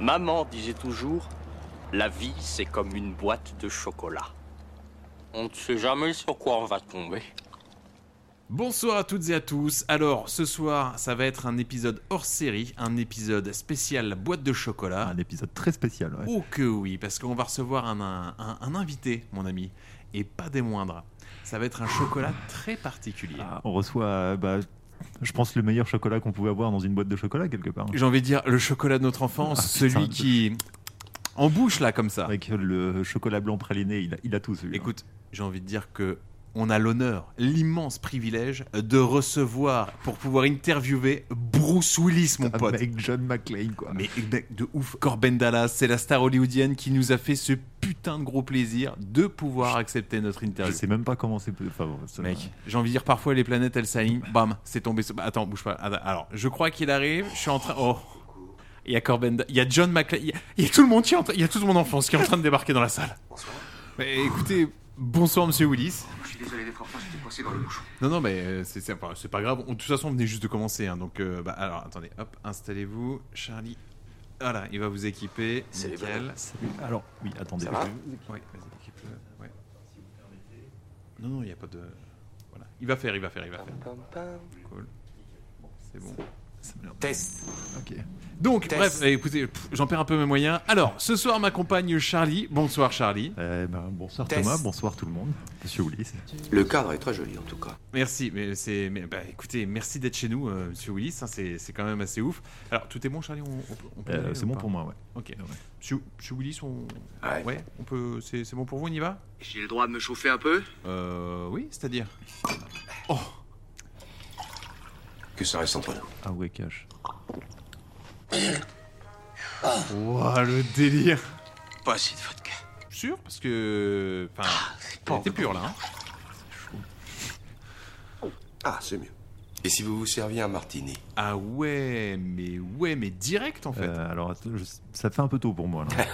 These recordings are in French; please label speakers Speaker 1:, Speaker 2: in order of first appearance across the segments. Speaker 1: Maman disait toujours, la vie c'est comme une boîte de chocolat. On ne sait jamais sur quoi on va tomber.
Speaker 2: Bonsoir à toutes et à tous. Alors ce soir, ça va être un épisode hors série, un épisode spécial boîte de chocolat.
Speaker 3: Ah, Un épisode très spécial, Ah, ouais.
Speaker 2: Oh que oui, parce qu'on va recevoir un, un- un- un invité, mon ami, et pas des moindres. Ça va être un chocolat très particulier.
Speaker 3: Ah, On reçoit, euh, bah, je pense, le meilleur chocolat qu'on pouvait avoir dans une boîte de chocolat, quelque part.
Speaker 2: J'ai envie de dire le chocolat de notre enfance,
Speaker 3: Ah,
Speaker 2: celui
Speaker 3: putain.
Speaker 2: qui en bouche là comme ça.
Speaker 3: Avec le chocolat blanc praliné, il a, il a tout celui-là.
Speaker 2: Écoute, j'ai envie de dire que on a l'honneur, l'immense privilège de recevoir pour pouvoir interviewer Bruce Willis, mon pote.
Speaker 3: Avec John McClane, quoi.
Speaker 2: Mais mec, de ouf, Corben Dallas, c'est la star hollywoodienne qui nous a fait ce putain de gros plaisir de pouvoir accepter notre
Speaker 3: Je
Speaker 2: interview.
Speaker 3: sais même pas comment c'est. possible. Enfin, bon, ça-
Speaker 2: Mec, j'ai envie de dire parfois les planètes elles s'alignent, bam, c'est tombé. sur- bah, Attends, bouge pas. Attends, Alors, je crois qu'il arrive. Je suis en train. Oh, il y a Corben, Da- il y a John McClane, il y a- il y a tout le monde qui est en train, il y a toute mon enfance qui est en train de débarquer dans la salle. Mais écoutez, bonsoir Monsieur Willis.
Speaker 4: Je suis désolé d'être en retard, j'étais coincé dans le bouchon.
Speaker 2: Non, non, mais euh, c'est c'est- enfin, c'est pas grave. On- de toute façon, on venait juste de commencer. hein, donc, euh, bah, alors, attendez, hop, installez-vous. Charlie, voilà, il va vous équiper.
Speaker 4: C'est les
Speaker 2: Nickel.
Speaker 4: bonnes.
Speaker 3: Salut. Alors, oui, attendez.
Speaker 4: Ça va
Speaker 2: Ouais, vas-y, équipe-le, ouais. Non, non, il n'y a pas de. Voilà. Il va faire, il va faire, il va faire. Cool. C'est bon.
Speaker 3: Ça m'a l'air-
Speaker 4: Test.
Speaker 3: ok.
Speaker 2: Donc,
Speaker 4: Test.
Speaker 2: bref, eh, écoutez, pff, j'en perds un peu mes moyens. Alors, ce soir, m'accompagne Charlie. Bonsoir, Charlie.
Speaker 3: Eh ben, bonsoir
Speaker 4: Test.
Speaker 3: Thomas, bonsoir tout le monde. Monsieur Willis.
Speaker 4: Le cadre est très joli en tout cas.
Speaker 2: Merci, mais c'est. mais, bah, écoutez, merci d'être chez nous, euh, monsieur Willis. hein, c'est c'est quand même assez ouf. Alors, tout est bon, Charlie On, on peut- on peut y
Speaker 3: Euh,
Speaker 2: aller
Speaker 3: c'est
Speaker 2: ou
Speaker 3: bon
Speaker 2: pas
Speaker 3: pour moi, ouais.
Speaker 2: Ok.
Speaker 3: Ouais.
Speaker 2: Monsieur, monsieur Willis, on.
Speaker 4: Ouais.
Speaker 2: on peut. C'est c'est bon pour vous, on y va
Speaker 4: J'ai le droit de me chauffer un peu
Speaker 2: Euh. Oui, c'est-à-dire
Speaker 4: Que ça reste entre nous.
Speaker 3: Ah ouais, cash.
Speaker 2: Ouah, le délire
Speaker 4: Pas assez de vodka.
Speaker 2: Sûr Parce que. Enfin.
Speaker 4: Ah, pas
Speaker 2: T'es pur là, hein
Speaker 4: Ah, c'est mieux. Et si vous vous serviez un martini
Speaker 2: Ah ouais, mais ouais, mais direct en fait.
Speaker 3: Euh, alors, attends, je- ça fait un peu tôt pour moi, là.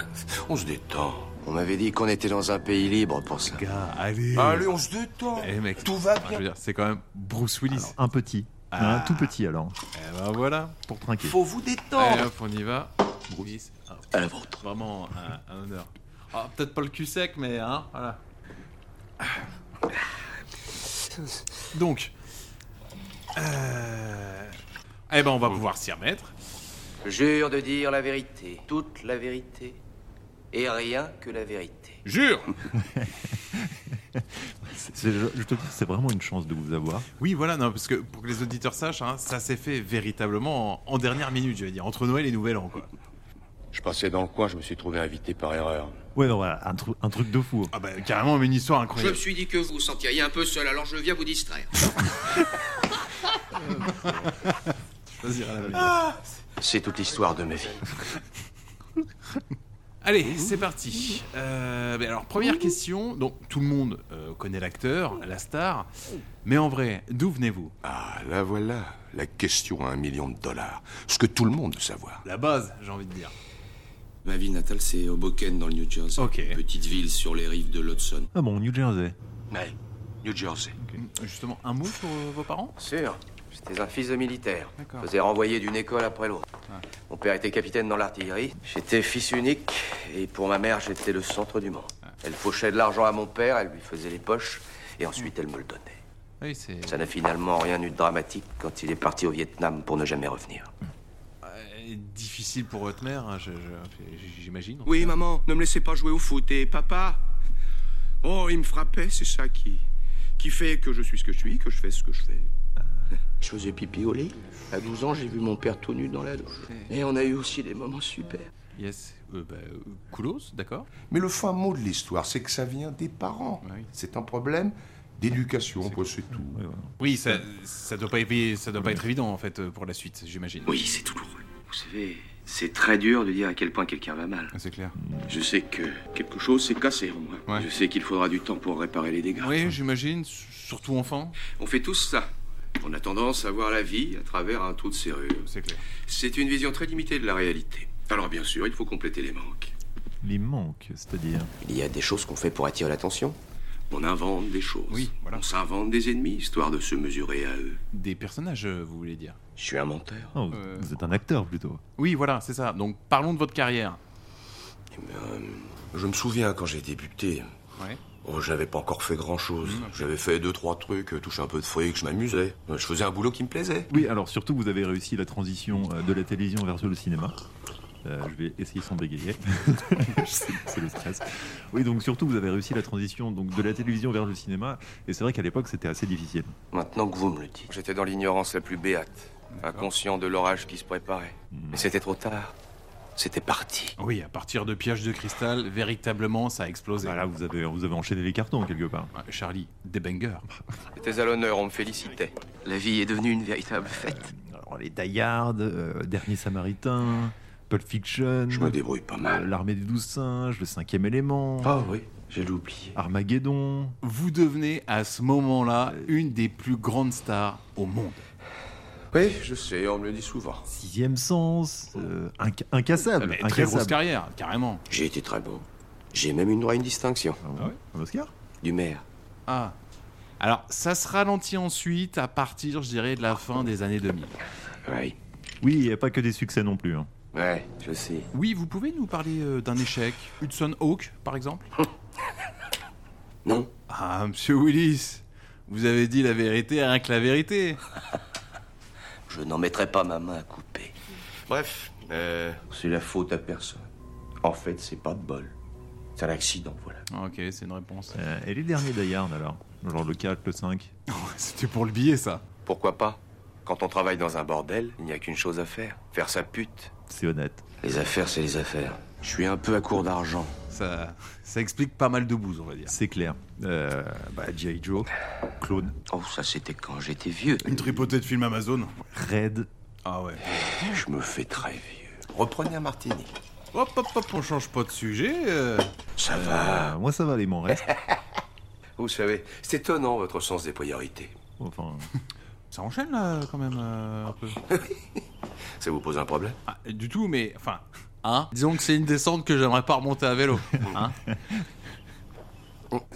Speaker 4: On se détend. On m'avait dit qu'on était dans un pays libre pour ça.
Speaker 2: Gars, allez.
Speaker 4: Allez, on se détend
Speaker 2: Eh, mec.
Speaker 4: Tout va
Speaker 2: Enfin, je
Speaker 4: bien
Speaker 2: veux dire, c'est quand même Bruce Willis.
Speaker 3: Alors, un petit.
Speaker 2: Ah.
Speaker 3: Un tout petit, alors,
Speaker 2: Eh ben voilà.
Speaker 3: pour trinquer.
Speaker 4: Faut vous
Speaker 2: Allez,
Speaker 4: détendre
Speaker 2: hop, on y va. Bruce Willis. ah,
Speaker 4: À la vôtre.
Speaker 2: Vraiment un, un honneur. Ah, peut-être pas le cul sec, mais hein, voilà. Donc. Euh... Eh ben, on va pouvoir s'y remettre.
Speaker 5: Jure de dire la vérité, toute la vérité, et rien que la vérité.
Speaker 2: Jure
Speaker 3: C'est- Je, je te dis, c'est vraiment une chance de vous avoir.
Speaker 2: Oui, voilà, non, parce que pour que les auditeurs sachent, hein, ça s'est fait véritablement en, en dernière minute, je vais dire, entre Noël et Nouvel An, quoi.
Speaker 6: Je passais dans le coin, je me suis trouvé invité par erreur.
Speaker 3: Ouais, non, voilà, un, tru- un truc de fou.
Speaker 2: Ah bah carrément une histoire
Speaker 5: Je me
Speaker 2: incroyable.
Speaker 5: suis dit que vous vous sentiriez un peu seul, alors je viens vous distraire.
Speaker 2: Vas-y, Rana, vas-y.
Speaker 4: C'est toute l'histoire de ma vie.
Speaker 2: Allez, c'est parti. Euh, mais alors première question, donc tout le monde euh, connaît l'acteur, la star, mais en vrai, d'où venez-vous
Speaker 6: Ah, la voilà, la question à un million de dollars. Ce que tout le monde veut savoir.
Speaker 2: La base, j'ai envie de dire.
Speaker 7: Ma ville natale, c'est Hoboken, dans le New Jersey.
Speaker 2: Ok.
Speaker 7: Petite ville sur les rives de l'Hudson.
Speaker 3: Ah bon, New Jersey.
Speaker 4: Ouais, New Jersey.
Speaker 2: Justement, un mot sur euh, vos parents
Speaker 5: Sûr, j'étais un fils de militaire.
Speaker 2: D'accord.
Speaker 5: Je faisais renvoyer d'une école après l'autre. Mon père était capitaine dans l'artillerie. J'étais fils unique, et pour ma mère, j'étais le centre du monde. Elle fauchait de l'argent à mon père, elle lui faisait les poches, et ensuite elle me le donnait.
Speaker 2: Oui, c'est.
Speaker 5: Ça n'a finalement rien eu de dramatique quand il est parti au Vietnam pour ne jamais revenir.
Speaker 2: euh, difficile pour votre mère, hein, je- je- j'imagine.
Speaker 7: Oui, maman, ne me laissez pas jouer au foot. Et papa Oh, il me frappait, c'est ça qui... qui fait que je suis ce que je suis, que je fais ce que je fais.
Speaker 5: Je faisais pipi au lit. À 12 ans, j'ai vu mon père tout nu dans la douche. Et on a eu aussi des moments super.
Speaker 2: Yes. Euh, bah, euh, Koulos, d'accord.
Speaker 6: Mais le fin mot de l'histoire, c'est que ça vient des parents.
Speaker 2: Oui.
Speaker 6: C'est un problème d'éducation, quoi, c'est tout.
Speaker 3: Ouais, voilà.
Speaker 2: Oui, ça, ça doit pas, éveiller- ça doit pas être évident en fait euh, pour la suite, j'imagine.
Speaker 5: Oui, c'est douloureux. Vous savez, c'est très dur de dire à quel point quelqu'un va mal.
Speaker 2: C'est clair.
Speaker 7: Je sais que quelque chose s'est cassé en moi.
Speaker 2: Ouais.
Speaker 7: Je sais qu'il faudra du temps pour réparer les dégâts.
Speaker 2: Oui, j'imagine, s- surtout enfant.
Speaker 7: On fait tous ça. On a tendance à voir la vie à travers un trou de serrure.
Speaker 2: C'est clair.
Speaker 7: C'est une vision très limitée de la réalité. Alors bien sûr, il faut compléter les manques.
Speaker 3: Les manques, c'est-à-dire.
Speaker 5: Il y a des choses qu'on fait pour attirer l'attention.
Speaker 7: On invente des choses.
Speaker 2: Oui, voilà.
Speaker 7: On s'invente des ennemis, histoire de se mesurer à eux.
Speaker 2: Des personnages, euh, vous voulez dire
Speaker 5: Je suis un menteur.
Speaker 3: Non, Oh, vous-
Speaker 2: Euh.
Speaker 3: vous êtes un acteur plutôt.
Speaker 2: Oui, voilà, c'est ça. Donc parlons de votre carrière.
Speaker 6: Je me souviens quand j'ai débuté.
Speaker 2: Ouais. Mmh,
Speaker 6: Oh, je n'avais pas encore fait grand chose. J'avais fait deux, trois trucs, euh, touché un peu de fric, je m'amusais. Euh, Je faisais un boulot qui me plaisait.
Speaker 3: Oui, alors surtout, vous avez réussi la transition euh, de la télévision vers le cinéma. Euh, je vais essayer sans bégayer. c'est c'est le stress. Oui, donc surtout, vous avez réussi la transition donc, de la télévision vers le cinéma. Et c'est vrai qu'à l'époque, c'était assez difficile.
Speaker 5: Maintenant que vous me le dites. J'étais dans l'ignorance la plus béate, inconscient de l'orage qui se préparait.
Speaker 6: Mmh.
Speaker 5: Mais c'était trop tard. C'était parti.
Speaker 2: Oui, à partir de Piège de Cristal, véritablement, ça a explosé.
Speaker 3: Voilà, vous avez, vous avez enchaîné les cartons quelque part.
Speaker 2: Ouais, Charlie, des bangers.
Speaker 5: J'étais à l'honneur, on me félicitait. La vie est devenue une véritable fête.
Speaker 3: Alors, les Die Hard, euh, Dernier Samaritain, Pulp Fiction,
Speaker 6: Je me débrouille pas
Speaker 3: euh,
Speaker 6: mal.
Speaker 3: L'Armée des Douze Singes, Le Cinquième Élément,
Speaker 5: Ah oui, j'ai oublié.
Speaker 3: Armageddon.
Speaker 2: Vous devenez à ce moment-là une des plus grandes stars au monde.
Speaker 5: Oui, je sais, on me le dit souvent.
Speaker 3: Sixième Sens, euh, inc- Incassable.
Speaker 2: Mais très grosse
Speaker 3: Incassable.
Speaker 2: carrière, carrément.
Speaker 5: J'ai été très bon. J'ai même eu droit à une distinction
Speaker 3: Ah bon
Speaker 2: Ah ouais
Speaker 3: Un Oscar
Speaker 5: du maire.
Speaker 2: Ah. Alors, ça se ralentit ensuite à partir, je dirais, de la fin des années 2000.
Speaker 5: Oui.
Speaker 3: Oui, il n'y a pas que des succès non plus. hein.
Speaker 5: Ouais, je sais.
Speaker 2: Oui, vous pouvez nous parler euh, d'un échec Hudson Hawk, par exemple
Speaker 5: Non,
Speaker 2: Ah, monsieur Willis, vous avez dit la vérité, rien que la vérité.
Speaker 5: je n'en mettrai pas ma main à couper.
Speaker 6: Bref, euh,
Speaker 5: C'est la faute à personne. En fait, c'est pas de bol. C'est un accident, voilà.
Speaker 2: Ah, Ok, c'est une réponse.
Speaker 3: Euh, et les derniers Die Hard, alors Genre le 4, le 5
Speaker 2: C'était pour le billet, ça.
Speaker 5: Pourquoi pas Quand on travaille dans un bordel, il n'y a qu'une chose à faire. Faire sa pute.
Speaker 3: C'est honnête.
Speaker 5: Les affaires, c'est les affaires. Je suis un peu à court d'argent.
Speaker 2: Ça, ça explique pas mal de bouse, on va dire.
Speaker 3: C'est clair. Euh, bah, G.I. Joe, Clone,
Speaker 5: Oh, ça, c'était quand j'étais vieux.
Speaker 2: Une tripotée de films Amazon.
Speaker 3: Red.
Speaker 2: Ah ouais.
Speaker 5: Je me fais très vieux. Reprenez un martini.
Speaker 2: Hop, hop, hop, on change pas de sujet. euh.
Speaker 5: Ça va.
Speaker 3: Euh, moi, ça va, les m'en reste.
Speaker 5: Vous savez, c'est étonnant votre sens des priorités.
Speaker 3: Enfin,
Speaker 2: Ça enchaîne, là, quand même, euh, un peu.
Speaker 6: ça vous pose un problème
Speaker 2: Ah, du tout, mais enfin. Hein Disons que c'est une descente que j'aimerais pas remonter à vélo. Hein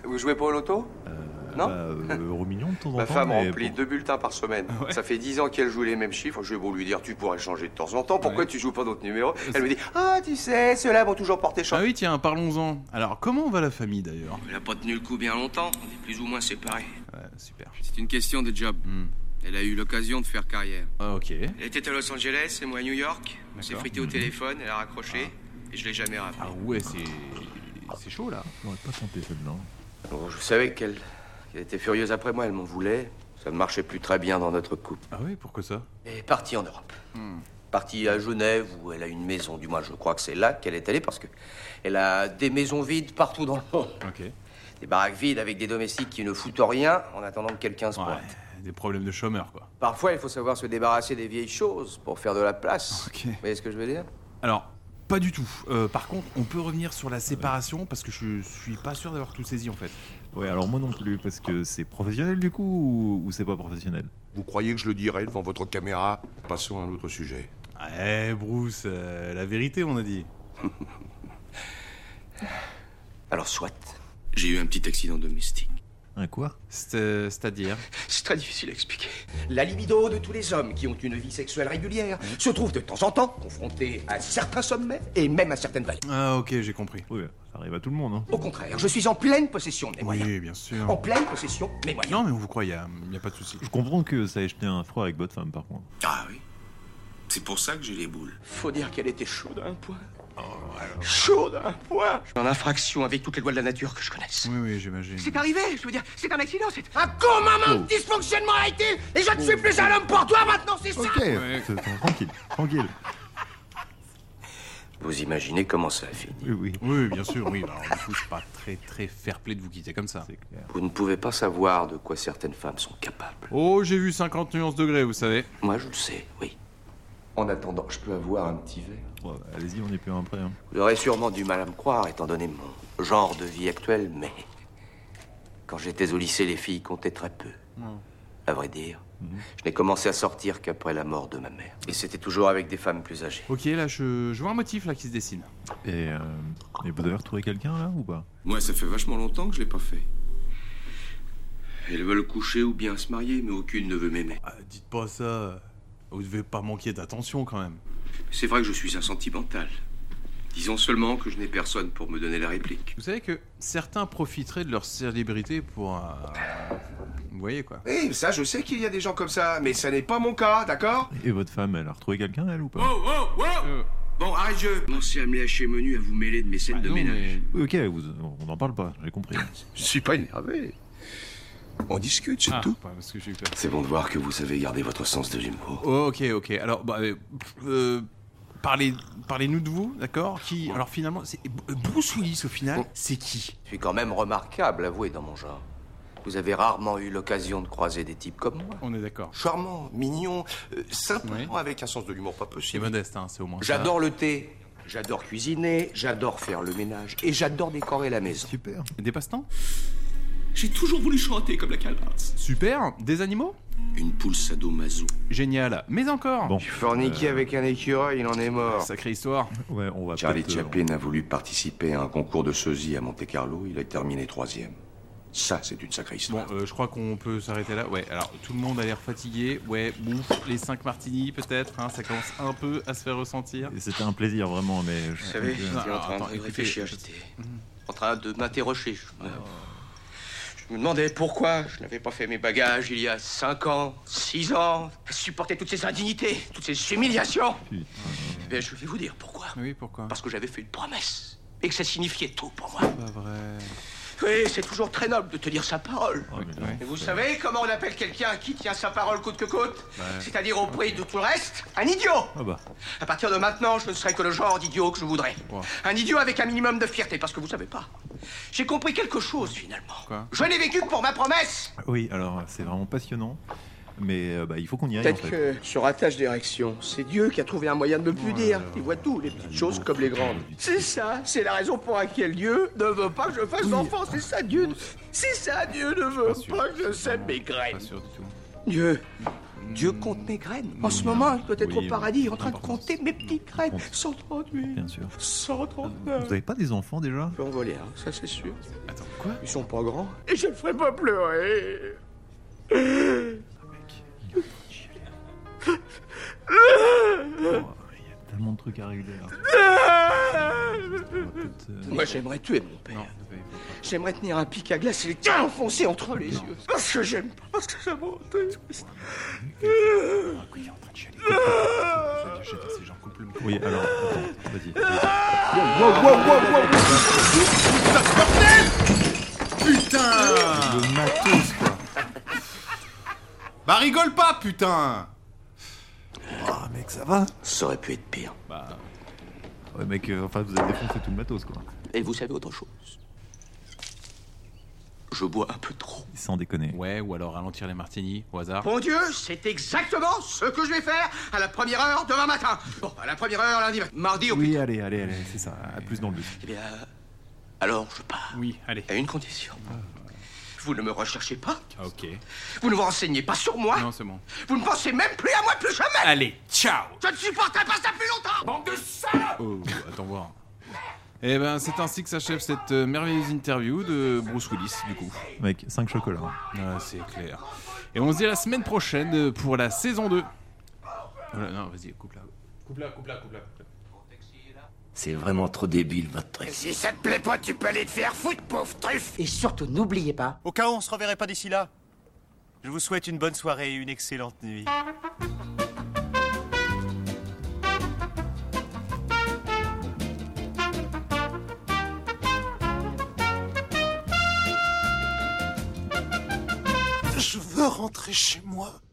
Speaker 5: Vous jouez pas au loto Non
Speaker 3: bah, euh, Romignon de temps en temps.
Speaker 5: Ma femme
Speaker 3: mais
Speaker 5: remplit
Speaker 3: bon.
Speaker 5: deux bulletins par semaine. Ça fait dix ans qu'elle joue les mêmes chiffres. Je vais vous lui dire, tu pourrais changer de temps en temps. Pourquoi tu joues pas d'autres numéros Elle me dit, ah, tu sais, ceux-là vont toujours porter
Speaker 2: ah
Speaker 5: chance.
Speaker 2: oui, tiens, parlons-en. Alors, comment va la famille d'ailleurs
Speaker 7: Ah
Speaker 5: Elle a pas tenu le coup bien longtemps. On est plus ou moins séparés.
Speaker 2: Ouais, Euh, Super.
Speaker 7: C'est une question de job.
Speaker 5: Hmm.
Speaker 7: Elle a eu l'occasion de faire carrière.
Speaker 2: Ah, ok.
Speaker 7: Elle était à Los Angeles et moi à New York. On s'est
Speaker 2: D'accord.
Speaker 7: frité au téléphone, elle a raccroché et je l'ai jamais rappelé.
Speaker 2: Ah ouais, c'est. C'est chaud là.
Speaker 3: J'aurais pas tenté celle-là.
Speaker 5: Bon, je savais qu'elle qu'elle était furieuse après moi. Elle m'en voulait. Ça ne marchait plus très bien dans notre couple.
Speaker 2: Ah ouais, pourquoi ça
Speaker 5: Elle est partie en Europe. Partie à Genève où elle a une maison. Du moins, je crois que c'est là qu'elle est allée parce que elle a des maisons vides partout dans le monde.
Speaker 2: Ok.
Speaker 5: Des baraques vides avec des domestiques qui ne foutent rien en attendant que quelqu'un se
Speaker 2: Ouais,
Speaker 5: pointe.
Speaker 2: des problèmes de chômeurs quoi.
Speaker 5: Parfois, il faut savoir se débarrasser des vieilles choses pour faire de la place.
Speaker 2: Ok.
Speaker 5: Vous voyez ce que je veux dire
Speaker 2: Alors, pas du tout. Euh, par contre, on peut revenir sur la séparation parce que je suis pas sûr d'avoir tout saisi en fait.
Speaker 3: Ouais, alors moi non plus, parce que c'est professionnel du coup ou, ou c'est pas professionnel
Speaker 6: Vous croyez que je le dirais devant votre caméra Passons à un autre sujet.
Speaker 2: Eh Bruce, euh, la vérité on a dit.
Speaker 5: Alors, soit.
Speaker 7: J'ai eu un petit accident domestique.
Speaker 3: Un quoi
Speaker 2: C'est- euh, C'est-à-dire
Speaker 5: C'est très difficile à expliquer. La libido de tous les hommes qui ont une vie sexuelle régulière
Speaker 7: Mmh.
Speaker 5: se trouve de temps en temps confrontée à certains sommets et même à certaines vallées.
Speaker 2: Ah ok, j'ai compris.
Speaker 3: Oui, ça arrive à tout le monde. Hein.
Speaker 5: Au contraire, je suis en pleine possession de mes moyens.
Speaker 2: Oui, bien sûr.
Speaker 5: En pleine possession de mes moyens.
Speaker 2: Non mais on vous croit, il a, y a pas de souci.
Speaker 3: Je comprends que ça ait jeté un froid avec votre femme, par contre.
Speaker 7: Ah oui C'est pour ça que j'ai les boules.
Speaker 5: Faut dire qu'elle était chaude à un point.
Speaker 7: Oh,
Speaker 5: Chaude à un point Je suis en infraction avec toutes les lois de la nature que je connaisse.
Speaker 2: Oui oui, j'imagine.
Speaker 5: C'est arrivé, je veux dire, c'est un accident, c'est un commun de dysfonctionnement été et je ne suis plus un homme pour toi maintenant, c'est ça
Speaker 3: Ok, c'est- tranquille, tranquille.
Speaker 5: Vous imaginez comment ça a fini
Speaker 3: Oui, oui.
Speaker 2: Oui, bien sûr, oui. Alors, du coup, c'est pas très très fair play de vous quitter comme ça.
Speaker 3: C'est clair.
Speaker 5: Vous ne pouvez pas savoir de quoi certaines femmes sont capables.
Speaker 2: Oh, j'ai vu 50 nuances degrés, vous savez.
Speaker 5: Moi, je le sais, oui. En attendant, je peux avoir un petit verre
Speaker 3: Bon, bah, Allez-y, on est plus après. hein.
Speaker 5: Vous aurez sûrement du mal à me croire, étant donné mon genre de vie actuel, mais... Quand j'étais au lycée, les filles comptaient très peu. À vrai dire, je n'ai commencé à sortir qu'après la mort de ma mère. Et c'était toujours avec des femmes plus âgées.
Speaker 2: Ok, là, je, je vois un motif là qui se dessine.
Speaker 3: Et, euh, et vous avez retrouvé quelqu'un là ou pas
Speaker 7: Moi, ça fait vachement longtemps que je l'ai pas fait. Elles veulent coucher ou bien se marier, mais aucune ne veut m'aimer.
Speaker 2: dites pas Ah, ça. Vous devez pas manquer d'attention quand même.
Speaker 8: C'est vrai que je suis insentimental. Disons seulement que je n'ai personne pour me donner la réplique.
Speaker 2: Vous savez que certains profiteraient de leur célébrité pour. euh, Vous voyez quoi
Speaker 8: Eh, ça, je sais qu'il y a des gens comme ça, mais ça n'est pas mon cas, d'accord
Speaker 3: Et votre femme, elle a retrouvé quelqu'un, elle ou pas
Speaker 8: Oh, oh, oh
Speaker 2: Euh.
Speaker 8: Bon, arrête, je commencez à me lâcher menu, à vous mêler de mes scènes
Speaker 2: Ah
Speaker 8: de
Speaker 2: non,
Speaker 8: ménage.
Speaker 2: mais-
Speaker 3: Oui, Ok, vous- on n'en parle pas, j'ai compris.
Speaker 5: Je suis pas énervé. On discute, c'est
Speaker 2: Ah,
Speaker 5: tout.
Speaker 2: pas parce que j'ai eu peur.
Speaker 5: C'est bon de voir que vous savez garder votre sens de l'humour.
Speaker 2: Oh, ok, ok. Alors, bah, euh, euh, parlez, parlez-nous de vous, d'accord Qui Alors finalement, c'est euh, Bruce Willis au final, c'est qui
Speaker 7: Oh. Je suis quand même remarquable, avouez, dans mon genre. Vous avez rarement eu l'occasion de croiser des types comme moi.
Speaker 2: On est d'accord.
Speaker 5: Charmant, mignon, euh, simplement
Speaker 2: Oui.
Speaker 5: avec un sens de l'humour pas
Speaker 2: C'est
Speaker 5: possible.
Speaker 2: modeste, hein, c'est au moins. ça.
Speaker 7: J'adore le thé, j'adore cuisiner, j'adore faire le ménage et j'adore décorer la maison.
Speaker 3: Super.
Speaker 2: Des passe-temps
Speaker 8: J'ai toujours voulu chanter comme la calvasse.
Speaker 2: Super. Des animaux
Speaker 8: Une poule sadomaso.
Speaker 2: Génial. Mais encore.
Speaker 3: Bon.
Speaker 7: Je suis forniqué avec un écureuil, il en est mort.
Speaker 2: Sacrée histoire.
Speaker 3: Ouais, on va
Speaker 5: Charlie
Speaker 3: peut-être, euh,
Speaker 5: Chaplin a voulu participer à un concours de sosie à Monte-Carlo. Il a terminé troisième. Ça, c'est une sacrée
Speaker 2: Bon,
Speaker 5: histoire.
Speaker 2: euh, je crois qu'on peut s'arrêter là. Ouais, alors tout le monde a l'air fatigué. Ouais, bouffe, les 5 martinis peut-être. hein, ça commence un peu à se faire ressentir.
Speaker 3: Et C'était un plaisir vraiment, mais je-
Speaker 7: Vous savez,
Speaker 2: Non,
Speaker 7: j'étais en train
Speaker 2: attends,
Speaker 7: de
Speaker 2: écoutez,
Speaker 7: réfléchir, j'étais en train de m'interroger. Je, me- je me demandais pourquoi je n'avais pas fait mes bagages il y a 5 ans, 6 ans, supporter toutes ces indignités, toutes ces humiliations.
Speaker 3: Putain.
Speaker 7: Eh bien, je vais vous dire pourquoi.
Speaker 2: Ah Oui, pourquoi
Speaker 7: Parce que j'avais fait une promesse et que ça signifiait tout pour moi.
Speaker 2: Pas vrai.
Speaker 7: Oui, c'est toujours très noble de tenir sa parole.
Speaker 3: Ah, mais là,
Speaker 7: Et vous savez comment on appelle quelqu'un qui tient sa parole coûte que coûte C'est-à-dire au prix de tout le reste Un idiot
Speaker 3: Ah bah,
Speaker 7: À partir de maintenant, je ne serai que le genre d'idiot que je voudrais. Un idiot avec un minimum de fierté, parce que vous savez pas. J'ai compris quelque chose finalement.
Speaker 2: Quoi
Speaker 7: je n'ai vécu que pour ma promesse
Speaker 3: oui, alors c'est vraiment passionnant, mais euh, bah, il faut qu'on y aille en
Speaker 7: Peut-être
Speaker 3: fait.
Speaker 7: que ce ratage d'érection, c'est Dieu qui a trouvé un moyen de me punir. Il voit tout, les petites choses comme les grandes. C'est ça, c'est la raison pour laquelle Dieu ne veut pas que je fasse d'enfants. C'est ça, Dieu. C'est ça, Dieu ne veut
Speaker 2: Pas sûr.
Speaker 7: pas que je sème mes
Speaker 2: Pas
Speaker 7: graines.
Speaker 2: sûr du tout.
Speaker 7: Dieu, Dieu compte mes graines. En ce moment, il doit être
Speaker 3: Hmm. Oui, Ah,
Speaker 7: au paradis en train de
Speaker 3: l'importance.
Speaker 7: compter mes petites graines.
Speaker 3: compte.
Speaker 7: 138,
Speaker 3: Bien sûr.
Speaker 7: 139.
Speaker 3: Vous avez pas des enfants déjà
Speaker 7: Je peux en voler, hein, ça c'est sûr.
Speaker 2: Attends, quoi
Speaker 7: Ils sont pas grands. Et je ne ferai pas pleurer.
Speaker 3: Oh, Il y a tellement de trucs à régler là. On va peut-être, euh,
Speaker 7: Moi, j'aimerais tuer mon père.
Speaker 2: Non, vous avez-
Speaker 7: J'aimerais tenir un pic à glace et les tiens enfoncés entre les yeux. Parce que j'aime pas, parce que ça m'entriste.
Speaker 3: Oui, alors, attends, vas-y.
Speaker 8: Ah.
Speaker 2: Le matos, quoi. Bah rigole pas, putain
Speaker 3: Ah, mec, ça va
Speaker 7: Ça aurait pu être pire.
Speaker 3: Ouais, mec, euh, enfin, vous avez défoncé tout le matos, quoi.
Speaker 7: Et vous savez autre chose Je bois un peu trop.
Speaker 3: Sans déconner.
Speaker 2: Ouais, ou alors ralentir les martinis, au hasard.
Speaker 7: Bon Dieu, c'est exactement ce que je vais faire à la première heure demain matin. Bon, à la première heure lundi matin. Mardi au plus.
Speaker 3: Oui, allez, allez, allez, c'est ça. À plus dans le bus.
Speaker 7: Eh bien, alors je pars.
Speaker 2: Oui, allez.
Speaker 7: À une condition. Vous ne me recherchez pas.
Speaker 2: Ah, Ok.
Speaker 7: Vous ne vous renseignez pas sur moi.
Speaker 2: Non, c'est bon.
Speaker 7: Vous ne pensez même plus à moi plus jamais.
Speaker 2: Allez, ciao
Speaker 7: Je ne supporterai pas ça plus longtemps. Bande de salopes
Speaker 2: Oh, attends voir. Eh ben, c'est ainsi que s'achève cette euh, merveilleuse interview de Bruce Willis, du coup.
Speaker 3: Mec, 5 chocolats.
Speaker 2: Ah, c'est clair. Et on se dit à la semaine prochaine pour la saison 2. Voilà, non, vas-y, coupe-la. Coupe-la, coupe-la, coupe-la.
Speaker 9: C'est vraiment trop débile votre truc.
Speaker 7: Si ça te plaît pas, tu peux aller te faire foutre, pauvre truffe.
Speaker 10: Et surtout, n'oubliez pas,
Speaker 11: Au cas où on se reverrait pas d'ici là, je vous souhaite une bonne soirée et une excellente nuit.
Speaker 9: Je veux rentrer chez moi.